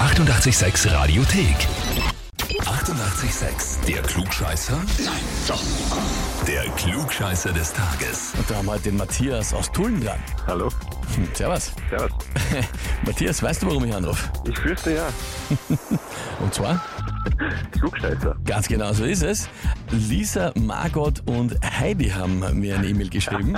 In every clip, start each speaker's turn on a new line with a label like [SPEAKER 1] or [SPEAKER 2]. [SPEAKER 1] 886 Radiothek. 88,6. Der Klugscheißer? Nein, doch. Der Klugscheißer des Tages.
[SPEAKER 2] Und da haben wir halt den Matthias aus Tulln dran.
[SPEAKER 3] Hallo,
[SPEAKER 2] Hm, servus.
[SPEAKER 3] servus.
[SPEAKER 2] Matthias, weißt du, warum ich anrufe?
[SPEAKER 3] Ich fürchte ja,
[SPEAKER 2] Und zwar,
[SPEAKER 3] Klugscheißer.
[SPEAKER 2] ganz genau so ist es. Lisa, Margot und Heidi haben mir eine E-Mail geschrieben.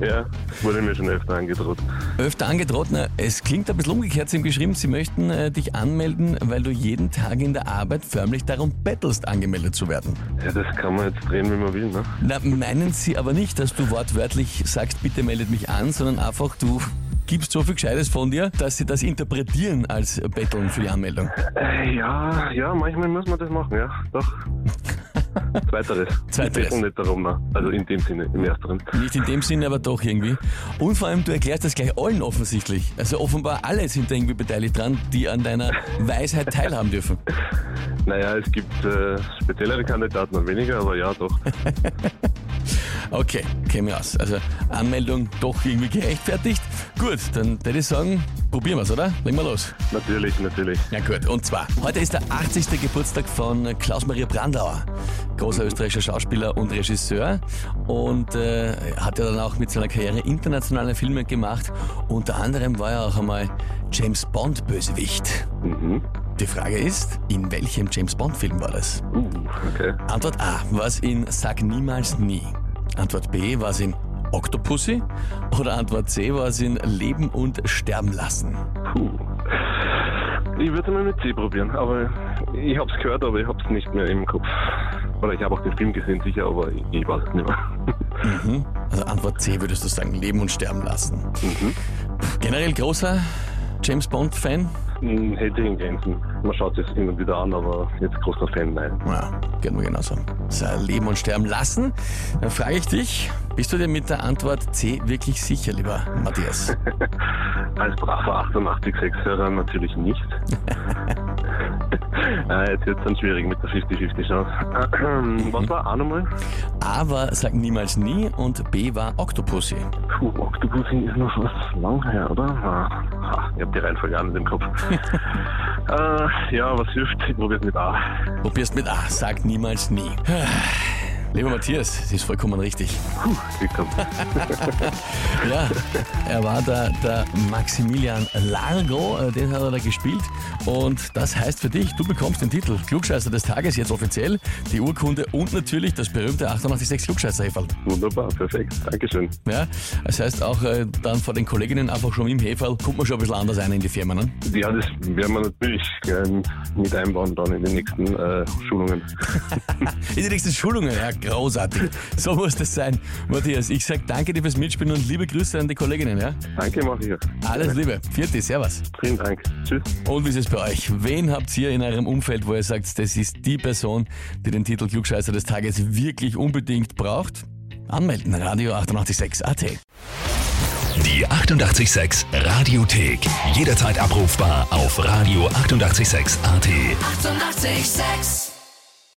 [SPEAKER 3] Ja, wurde mir schon öfter angedroht.
[SPEAKER 2] Öfter angedroht, na, es klingt ein bisschen umgekehrt. Sie haben geschrieben, sie möchten äh, dich anmelden, weil du jeden Tag in der Arbeit förmlich darum bettelst, angemeldet zu werden.
[SPEAKER 3] Ja, das kann man jetzt drehen, wie man will, ne?
[SPEAKER 2] Na, meinen sie aber nicht, dass du wortwörtlich sagst, bitte meldet mich an, sondern einfach du gibst so viel Gescheites von dir, dass sie das interpretieren als Betteln für die Anmeldung.
[SPEAKER 3] Äh, ja, ja, manchmal muss man das machen, ja, doch. Zweiteres.
[SPEAKER 2] Zweiteres.
[SPEAKER 3] Ich nicht darum, ne? Also in dem Sinne, im ersteren.
[SPEAKER 2] Nicht in dem Sinne, aber doch irgendwie. Und vor allem, du erklärst das gleich allen offensichtlich. Also offenbar alle sind da irgendwie beteiligt dran, die an deiner Weisheit teilhaben dürfen.
[SPEAKER 3] Naja, es gibt äh, speziellere Kandidaten und weniger, aber ja, doch.
[SPEAKER 2] Okay, käme aus. Also Anmeldung doch irgendwie gerechtfertigt. Gut, dann würde ich sagen, probieren wir's, oder? Legen wir los.
[SPEAKER 3] Natürlich, natürlich.
[SPEAKER 2] Na gut, und zwar, heute ist der 80. Geburtstag von Klaus-Maria Brandauer, großer österreichischer Schauspieler und Regisseur und äh, hat ja dann auch mit seiner Karriere internationale Filme gemacht. Unter anderem war er auch einmal James Bond-Bösewicht.
[SPEAKER 3] Mhm.
[SPEAKER 2] Die Frage ist, in welchem James Bond-Film war das?
[SPEAKER 3] Uh, okay.
[SPEAKER 2] Antwort A, was in Sag niemals nie. Antwort B, was in Octopussy. Oder Antwort C, was in Leben und Sterben lassen.
[SPEAKER 3] Puh. Ich würde mal mit C probieren, aber ich hab's gehört, aber ich hab's nicht mehr im Kopf. Oder ich habe auch den Film gesehen, sicher, aber ich, ich weiß es nicht mehr.
[SPEAKER 2] Mhm. Also Antwort C würdest du sagen, Leben und Sterben lassen.
[SPEAKER 3] Mhm.
[SPEAKER 2] Generell großer James Bond-Fan?
[SPEAKER 3] Hm, Hätte in Grenzen. Man schaut es hin und wieder an, aber jetzt großer Fan, nein.
[SPEAKER 2] Ja, geht mir genauso. So, Leben und Sterben lassen. Dann frage ich dich, bist du dir mit der Antwort C wirklich sicher, lieber Matthias?
[SPEAKER 3] Als braver 88-6-Hörer natürlich nicht. ah, jetzt wird's dann schwierig mit der 50-50-Chance. Was war A nochmal?
[SPEAKER 2] A war Sag niemals nie und B war Octopussy.
[SPEAKER 3] Puh, Octopussy ist noch was lang her, oder? Ah, ah, ich hab die Reihenfolge an im Kopf. äh, ja, was hilft? Ich probier's mit A.
[SPEAKER 2] Probierst mit A, Sag niemals nie. Lieber Matthias, das ist vollkommen richtig.
[SPEAKER 3] Puh, Glück gehabt.
[SPEAKER 2] Ja, er war der, der Maximilian Largo, äh, den hat er da gespielt. Und das heißt für dich, du bekommst den Titel Klugscheißer des Tages jetzt offiziell, die Urkunde und natürlich das berühmte 886 klugscheißer -Häferl.
[SPEAKER 3] Wunderbar, perfekt. Dankeschön.
[SPEAKER 2] Ja, Das heißt auch äh, dann vor den Kolleginnen einfach schon im Heferl, kommt man schon ein bisschen anders ein in die Firma. Ne?
[SPEAKER 3] Ja, das werden wir natürlich ähm, mit einbauen dann in den nächsten äh, Schulungen.
[SPEAKER 2] In die nächsten Schulungen, ja, großartig. So muss das sein. Matthias, ich sag danke dir fürs Mitspielen und liebe Grüße an die Kolleginnen. Ja?
[SPEAKER 3] Danke, Maria.
[SPEAKER 2] Alles Liebe. Vierte, Servus.
[SPEAKER 3] Vielen Dank. Tschüss.
[SPEAKER 2] Und wie ist es bei euch? Wen habt ihr in eurem Umfeld, wo ihr sagt, das ist die Person, die den Titel Klugscheißer des Tages wirklich unbedingt braucht? Anmelden, Radio 886 AT.
[SPEAKER 1] Die 88,6 Radiothek. Jederzeit abrufbar auf radio886.at. 88,6.
[SPEAKER 4] Eighty-eight, sex.